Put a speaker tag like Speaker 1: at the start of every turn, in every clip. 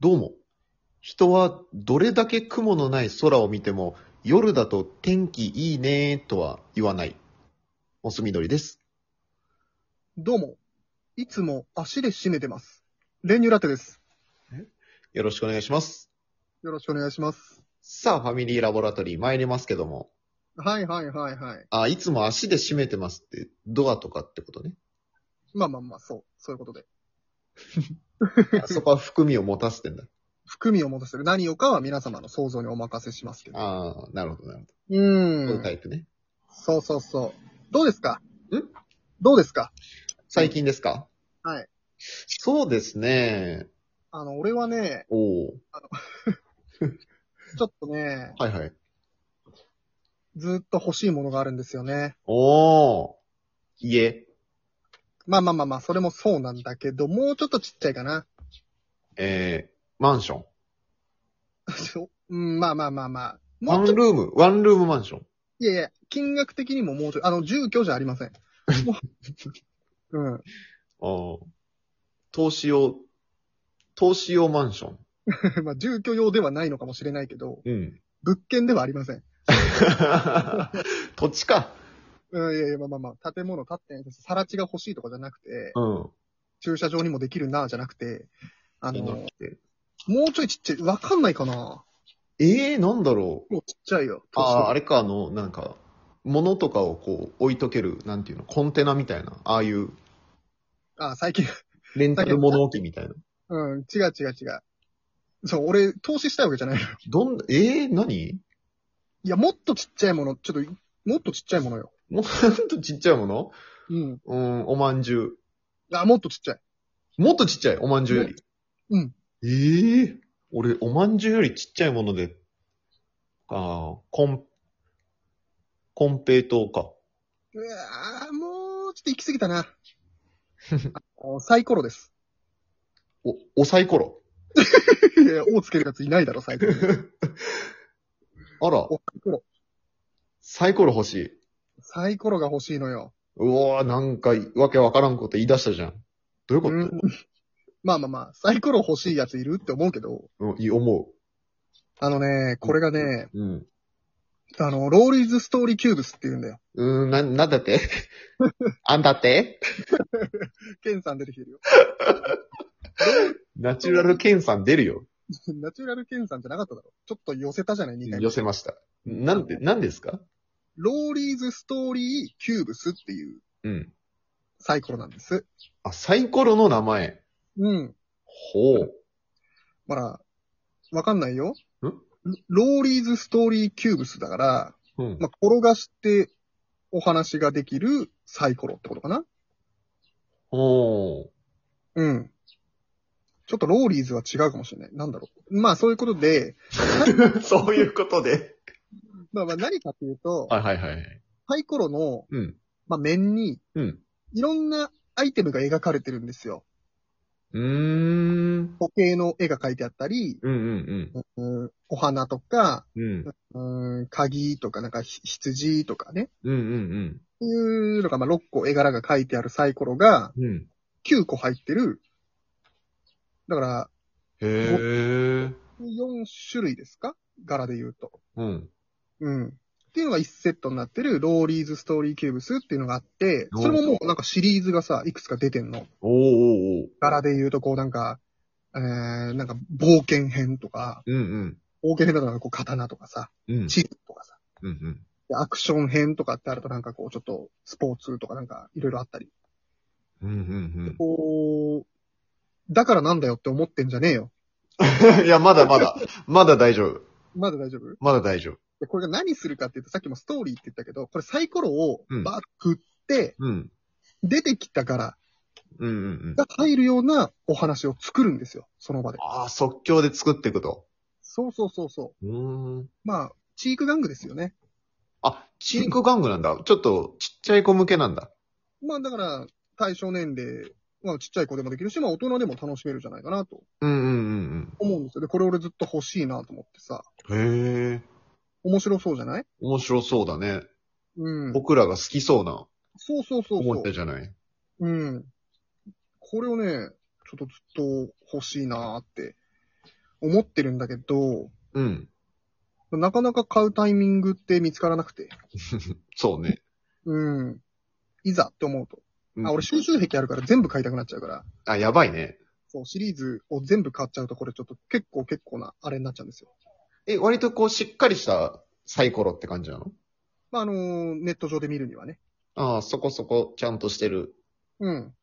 Speaker 1: どうも。人はどれだけ雲のない空を見ても、夜だと天気いいねーとは言わない。モスみどりです。
Speaker 2: どうも。いつも足で締めてます。練乳ラテです。
Speaker 1: よろしくお願いします。
Speaker 2: よろしくお願いします。
Speaker 1: さあ、ファミリーラボラトリー参りますけども。
Speaker 2: はいはいはいはい。
Speaker 1: あ、いつも足で閉めてますって、ドアとかってことね。
Speaker 2: まあまあまあ、そう。そういうことで。
Speaker 1: あそこは含みを持たせてんだ。
Speaker 2: 含みを持たせる。何をかは皆様の想像にお任せしますけど。
Speaker 1: ああ、なるほど、なるほど。
Speaker 2: う
Speaker 1: そういう
Speaker 2: ー
Speaker 1: タ
Speaker 2: ん。
Speaker 1: イプね。
Speaker 2: そうそうそう。どうですか
Speaker 1: ん
Speaker 2: どうですか
Speaker 1: 最近ですか
Speaker 2: はい。
Speaker 1: そうですね。
Speaker 2: あの、俺はね、
Speaker 1: おお。
Speaker 2: ちょっとね、
Speaker 1: はいはい。
Speaker 2: ずっと欲しいものがあるんですよね。
Speaker 1: おお。家。
Speaker 2: まあまあまあまあ、それもそうなんだけど、もうちょっとちっちゃいかな。
Speaker 1: えー、マンション。
Speaker 2: そううん、まあまあまあまあ。
Speaker 1: ワ
Speaker 2: も
Speaker 1: ン
Speaker 2: うち
Speaker 1: ル
Speaker 2: ょっと、
Speaker 1: ーム、ワンルームマンション。
Speaker 2: いやいや、金額的にももうちょい、あの、住居じゃあ りません。もううん。
Speaker 1: ああ。投資用、投資用マンション。
Speaker 2: まあ、住居用ではないのかもしれないけど、
Speaker 1: うん。
Speaker 2: 物件ではありません。
Speaker 1: 土地か。
Speaker 2: うん、いやいや、まあまあまあ、建物建ってないです。さら地が欲しいとかじゃなくて、
Speaker 1: うん。
Speaker 2: 駐車場にもできるな、じゃなくて、あの、
Speaker 1: 祈
Speaker 2: も
Speaker 1: って
Speaker 2: うちょいちっちゃい、わかんないかな
Speaker 1: ええー、なんだろう。
Speaker 2: もうちっちゃいよ。
Speaker 1: ああ、あれか、あの、なんか、物とかをこう置いとける、なんていうの、コンテナみたいな、ああいう、
Speaker 2: あ、最近、
Speaker 1: レンタル物置みたいな。
Speaker 2: うん、違う違う違う。そう、俺、投資したいわけじゃないのよ。
Speaker 1: どん、ええー、何
Speaker 2: いや、もっとちっちゃいもの、ちょっと、もっとちっちゃいものよ。
Speaker 1: もうほんとちっちゃいもの
Speaker 2: うん。
Speaker 1: うん、おまんじゅ
Speaker 2: あ、もっとちっちゃい。
Speaker 1: う。もっとちっちゃい、おまんじゅうより。
Speaker 2: うん。
Speaker 1: ええー、俺、おまんじゅうよりちっちゃいもので、ああ、コン、コンペイトーか。
Speaker 2: うわーもう、ちょっと行き過ぎたな。あのサイコロです。
Speaker 1: お、おサイコロ。
Speaker 2: いやいや、をつけるやついないだろ、サイコロ。
Speaker 1: あら
Speaker 2: お、サイコロ。
Speaker 1: サイコロ欲しい。
Speaker 2: サイコロが欲しいのよ。
Speaker 1: うわぁ、なんか、わけわからんこと言い出したじゃん。どういうこ
Speaker 2: う
Speaker 1: と
Speaker 2: ん、まあまあまあ、サイコロ欲しいやついるって思うけど、
Speaker 1: うん、いい思
Speaker 2: あのね、これがね、
Speaker 1: う。うん。
Speaker 2: あの、ローリーズストーリーキューブスって言うんだよ。
Speaker 1: うーん、な、なんだって あんだって
Speaker 2: ケンさん出てきてるよ。
Speaker 1: ナチュラルケンさん出るよ。
Speaker 2: ナチュラルケンさんじゃなかっただろ。ちょっと寄せたじゃない、2回目
Speaker 1: 寄。せました。なんで、なんですか
Speaker 2: ローリーズストーリーキューブスっていう
Speaker 1: うん。
Speaker 2: サイコロなんです。
Speaker 1: あ、サイコロの名前。
Speaker 2: うん。
Speaker 1: ほう。
Speaker 2: ほら、わかんないよ。
Speaker 1: ん
Speaker 2: ローリーズストーリーキューブスだから、
Speaker 1: うん。
Speaker 2: まあ、転がしてお話ができるサイコロってことかな
Speaker 1: ほう。
Speaker 2: うん。ちょっとローリーズは違うかもしれない。なんだろう。まあそういうことで、
Speaker 1: そういうことで。
Speaker 2: まあまあ何かっていうと、
Speaker 1: はいはいはいはい。
Speaker 2: サイコロの、
Speaker 1: うん。
Speaker 2: まあ、面に、
Speaker 1: うん。
Speaker 2: いろんなアイテムが描かれてるんですよ。
Speaker 1: うーん。
Speaker 2: 時計の絵が描いてあったり、
Speaker 1: うんうん
Speaker 2: うんお花とか、
Speaker 1: うん。うん。
Speaker 2: うん鍵とか、なんかひ羊とかね。
Speaker 1: うんうん
Speaker 2: っていうのが、まあ、6個絵柄が描いてあるサイコロが
Speaker 1: うん。うん。
Speaker 2: 9個入ってる。だから、
Speaker 1: へえ。
Speaker 2: 4種類ですか柄で言うと。
Speaker 1: うん。
Speaker 2: うん。っていうのが1セットになってる、ローリーズストーリーキューブスっていうのがあって、それももうなんかシリーズがさ、いくつか出てんの。
Speaker 1: おーおーおー
Speaker 2: 柄で言うとこうなんか、えー、なんか冒険編とか、
Speaker 1: うんうん。
Speaker 2: 冒険編だとなんかこう刀とかさ、
Speaker 1: うん。
Speaker 2: 地図とかさ、
Speaker 1: うんうん。
Speaker 2: でアクション編とかってあるとなんかこうちょっとスポーツとかなんかいろいろあったり。
Speaker 1: うんうん
Speaker 2: こう、だからなんだよって思ってんじゃねえよ。
Speaker 1: うん。 いや、まだまだ。まだ大丈夫。
Speaker 2: まだ大丈夫
Speaker 1: まだ大丈夫。
Speaker 2: で、これが何するかっていうと、さっきもストーリーって言ったけど、これサイコロを
Speaker 1: うん
Speaker 2: バーッと振って、
Speaker 1: うん。
Speaker 2: 出てきた柄、
Speaker 1: うんうんうん。
Speaker 2: が入るようなお話を作るんですよ、その場で。
Speaker 1: ああ、即興で作っていくと。
Speaker 2: そうそうそうそう
Speaker 1: ーん。
Speaker 2: う。まあ、チーク玩具ですよね。
Speaker 1: あ、チーク玩具なんだ。ちょっと、ちっちゃい子向けなんだ。
Speaker 2: まあだから、対象年齢、まあちっちゃい子でもできるし、まあ大人でも楽しめるじゃないかなと
Speaker 1: うんうん
Speaker 2: 思うんですよ。で、これ俺ずっと欲しいなと思ってさ、
Speaker 1: うんうん。へえ。
Speaker 2: 面白そうじゃない
Speaker 1: 面白そうだね。
Speaker 2: うん。
Speaker 1: 僕らが好きそうな、
Speaker 2: そうそうそうそ
Speaker 1: 思っ
Speaker 2: う
Speaker 1: た。じゃない。
Speaker 2: うん。これをね、ちょっとずっと欲しいなーって思ってるんだけど、
Speaker 1: うん。
Speaker 2: なかなか買うタイミングって見つからなくて。
Speaker 1: そうね。
Speaker 2: うん。いざって思うと。
Speaker 1: うん
Speaker 2: あ、俺収集癖あるから全部買いたくなっちゃうから。
Speaker 1: あ、やばいね。
Speaker 2: そう、シリーズを全部買っちゃうとこれちょっと結構結構なあれになっちゃうんですよ。
Speaker 1: え、割とこう、しっかりしたサイコロって感じなの
Speaker 2: まあ、あのーネット上で見るにはね。
Speaker 1: ああ、そこそこちゃんとしてる。
Speaker 2: うん。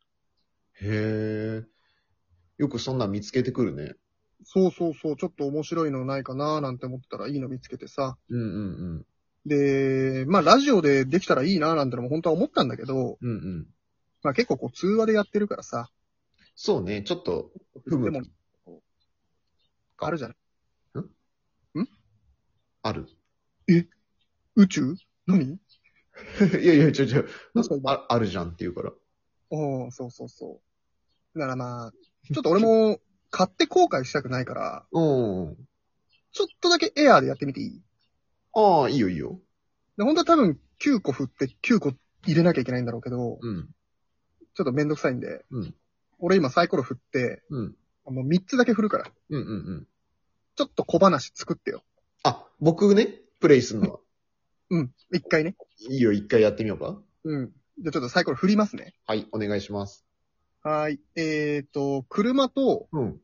Speaker 1: へえ。よくそんなん見つけてくるね。
Speaker 2: そうそうそう、ちょっと面白いのないかなーなんて思ってたらいいの見つけてさ。
Speaker 1: うんうん
Speaker 2: で、まあ、ラジオでできたらいいなーなんてのも本当は思ったんだけど、
Speaker 1: うん。うんうん。
Speaker 2: まあ、結構こう通話でやってるからさ。
Speaker 1: そうね、ちょっと、
Speaker 2: で
Speaker 1: ふむ
Speaker 2: も、あるじゃない
Speaker 1: ある。
Speaker 2: 宇宙何
Speaker 1: いやいや、ちょちょ、
Speaker 2: なんすか今
Speaker 1: ああるじゃんって言 うから。
Speaker 2: おー、そうそうそう。だからまあ、ちょっと俺も買って後悔したくないから、
Speaker 1: うん。
Speaker 2: ちょっとだけエアーでやってみていい
Speaker 1: ああ、いいよいいよ。
Speaker 2: で、本当は多分9個振って9個入れなきゃいけないんだろうけど、
Speaker 1: うん。
Speaker 2: ちょっとめんどくさいんで、
Speaker 1: うん
Speaker 2: 俺今サイコロ振って、
Speaker 1: うん。
Speaker 2: もう3つだけ振るから、
Speaker 1: うんうんうん。
Speaker 2: ちょっと小話作ってよ。
Speaker 1: あ、僕ね、プレイする のは。
Speaker 2: うん、一回ね。
Speaker 1: いいよ、一回やってみようか。
Speaker 2: うん。じゃあちょっとサイコロ振りますね。
Speaker 1: はい、お願いします。
Speaker 2: はーい。えーと、車と、
Speaker 1: うん。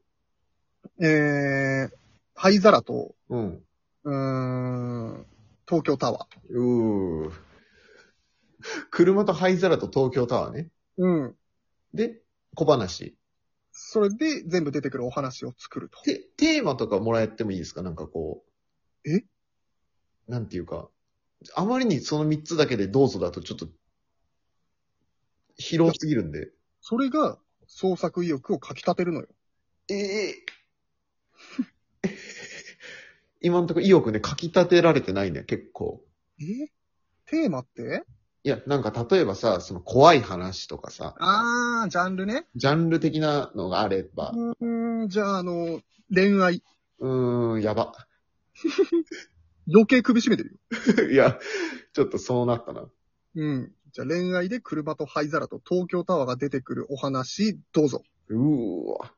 Speaker 2: えー、灰皿と、
Speaker 1: うん。
Speaker 2: うーん、東京タワー。
Speaker 1: うー。車と灰皿と東京タワーね。
Speaker 2: うん。
Speaker 1: で、小話。
Speaker 2: それで全部出てくるお話を作ると。
Speaker 1: て、テーマとかもらってもいいですかなんかこう。
Speaker 2: え
Speaker 1: なんていうか。あまりにその3つだけでどうぞだとちょっと、広すぎるんで。
Speaker 2: それが創作意欲をかき立てるのよ。
Speaker 1: ええ 今のところ意欲ね、かき立てられてないね、結構。
Speaker 2: えテーマって
Speaker 1: いや、なんか例えばさ、その怖い話とかさ、
Speaker 2: あー、ジャンルね。
Speaker 1: ジャンル的なのがあれば、
Speaker 2: うーん、じゃあ、あの、恋愛。
Speaker 1: うーん、やば。
Speaker 2: 余計首絞めてる よ。
Speaker 1: いや、ちょっとそうなったな。
Speaker 2: うん。じゃあ恋愛で車と灰皿と東京タワーが出てくるお話、どうぞ。
Speaker 1: うーわ。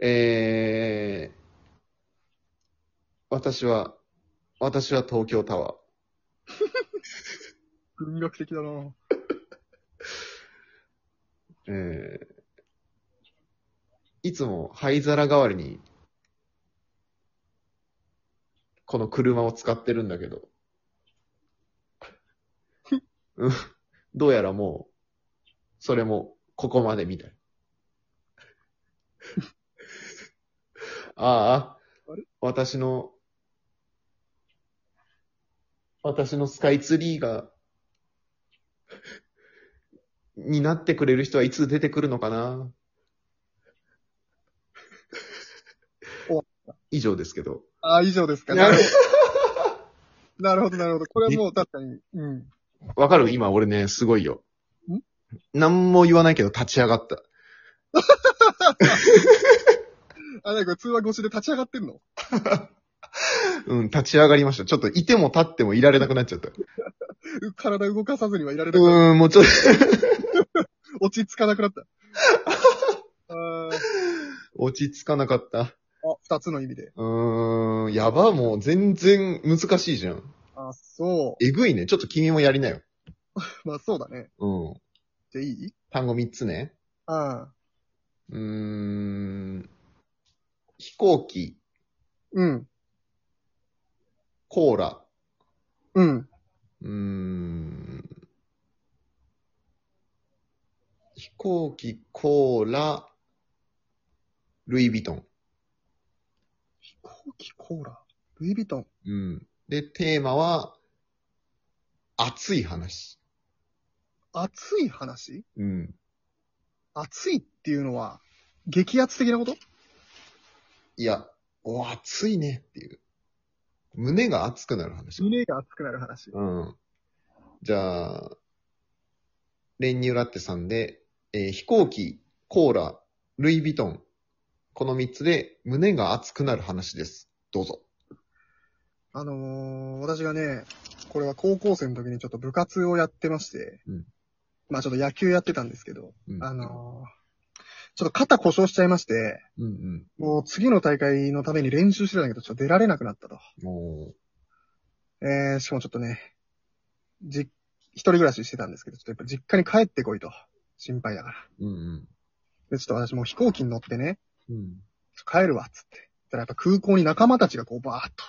Speaker 1: えー、私は、私は東京タワー。
Speaker 2: 文学的だな
Speaker 1: えー、いつも灰皿代わりに、この車を使ってるんだけど、うんどうやらもう、それも、ここまでみたい。ああ
Speaker 2: あれ、
Speaker 1: 私の、私のスカイツリーが、になってくれる人はいつ出てくるのか な
Speaker 2: 終わ
Speaker 1: 以上ですけど。
Speaker 2: あー、以上ですか。なるほど。なるほど、なるほど。これはもう確かに、うん。
Speaker 1: わかる今俺ね、すごいよ
Speaker 2: ん。
Speaker 1: 何も言わないけど立ち上がった。
Speaker 2: あ、なんか通話越しで立ち上がってんの
Speaker 1: うん、立ち上がりました。ちょっといても立ってもいられなくなっちゃった。
Speaker 2: う体動かさずにはいられなくなっ
Speaker 1: うーん、もうちょっと、
Speaker 2: た落ち着かなくなった。 あー
Speaker 1: 落ち着かなかった。
Speaker 2: あ、二つの意味で。
Speaker 1: うーん、やば、もう全然難しいじゃん。
Speaker 2: あ、そ
Speaker 1: えぐいね。ちょっと君もやりなよ。
Speaker 2: う。まあそうだね。
Speaker 1: うん。
Speaker 2: じゃあいい
Speaker 1: 単語3つね。
Speaker 2: ああ。
Speaker 1: うーん、飛行機、
Speaker 2: うん。
Speaker 1: コーラ、
Speaker 2: うん。
Speaker 1: うーん飛行機、コーラ、ルイ・ヴィトン。
Speaker 2: 飛行機コーラ。ルイ・ヴィトン。
Speaker 1: うん。で、テーマは、熱い話。
Speaker 2: 熱い話
Speaker 1: うん。
Speaker 2: 熱いっていうのは、激圧的なこと
Speaker 1: いや、お、熱いねっていう。胸が熱くなる話。
Speaker 2: 胸が熱くなる話。
Speaker 1: うん。じゃあ、練乳ラッテさんで、えー飛行機、コーラ、ルイ・ヴィトン。この3つで胸が熱くなる話です。どうぞ。
Speaker 2: あのー、私がね、これは高校生の時にちょっと部活をやってまして、
Speaker 1: うん
Speaker 2: まあちょっと野球やってたんですけど、
Speaker 1: うん
Speaker 2: あのー、ちょっと肩故障しちゃいまして、
Speaker 1: うん
Speaker 2: もう次の大会のために練習してたんだけど、ちょっと出られなくなったと。
Speaker 1: うん。おー
Speaker 2: えー、しかもちょっとね、じ、一人暮らししてたんですけど、ちょっとやっぱ実家に帰ってこいと。心配だから。
Speaker 1: うんうん。
Speaker 2: で、ちょっと私もう飛行機に乗ってね、
Speaker 1: うん。
Speaker 2: 帰るわ、つって。たらやっぱ空港に仲間たちがこうバーっと、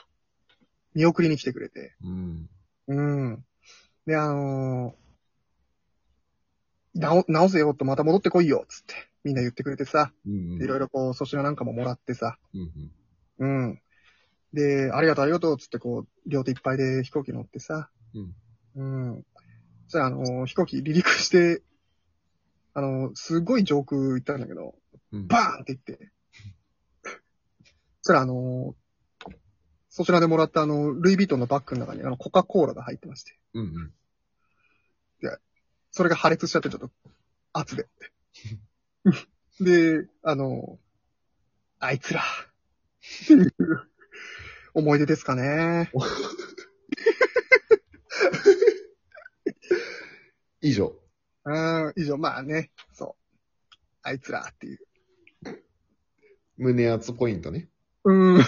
Speaker 2: 見送りに来てくれて。
Speaker 1: うん。
Speaker 2: うん。で、あのー、直、直せよとまた戻ってこいよ、つって、みんな言ってくれてさ、
Speaker 1: うん。
Speaker 2: いろい
Speaker 1: ろ。
Speaker 2: ろこう、粗品なんかももらってさ、
Speaker 1: うん
Speaker 2: うん。で、ありがとうありがとう、つってこう、両手いっぱいで飛行機乗ってさ、うん。そしたらあのー飛行機離陸して、あのーすごい上空行ったんだけど、
Speaker 1: うん。うん。
Speaker 2: バーンって行って、そしたらあのー粗品でもらったあの、ルイ・ヴィトンのバッグの中にあの、コカ・コーラが入ってまして、
Speaker 1: うんうん。
Speaker 2: それが破裂しちゃって、ちょっと、圧 で。で、あの、あいつら、 っていう思い出ですかね。
Speaker 1: 以上。
Speaker 2: うん、以上、まあね、そう。あいつらっていう。
Speaker 1: 胸圧ポイントね。
Speaker 2: うん。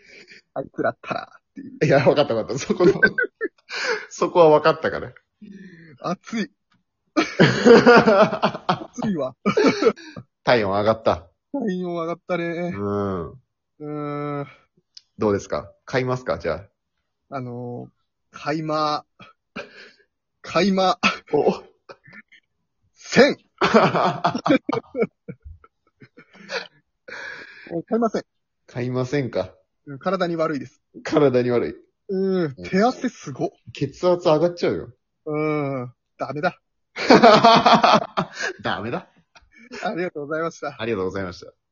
Speaker 2: あいつらったらっていう。
Speaker 1: いや、わかったわかった。そこの、 そこはわかったから。
Speaker 2: 熱い、熱いわ。
Speaker 1: 体温上がった。
Speaker 2: 体温上がったね。
Speaker 1: うん。
Speaker 2: うん。
Speaker 1: どうですか買いますかじゃ
Speaker 2: あの、カイマー、カイマー、
Speaker 1: あ。お
Speaker 2: 1000! 買いません
Speaker 1: 買いませんか
Speaker 2: うん。体に悪いです。
Speaker 1: 体に悪い。
Speaker 2: うん。手汗すごっ。
Speaker 1: 血圧上がっちゃうよ。
Speaker 2: うん。ダメだ。
Speaker 1: ダメだ。
Speaker 2: ありがとうございました。
Speaker 1: ありがとうございました。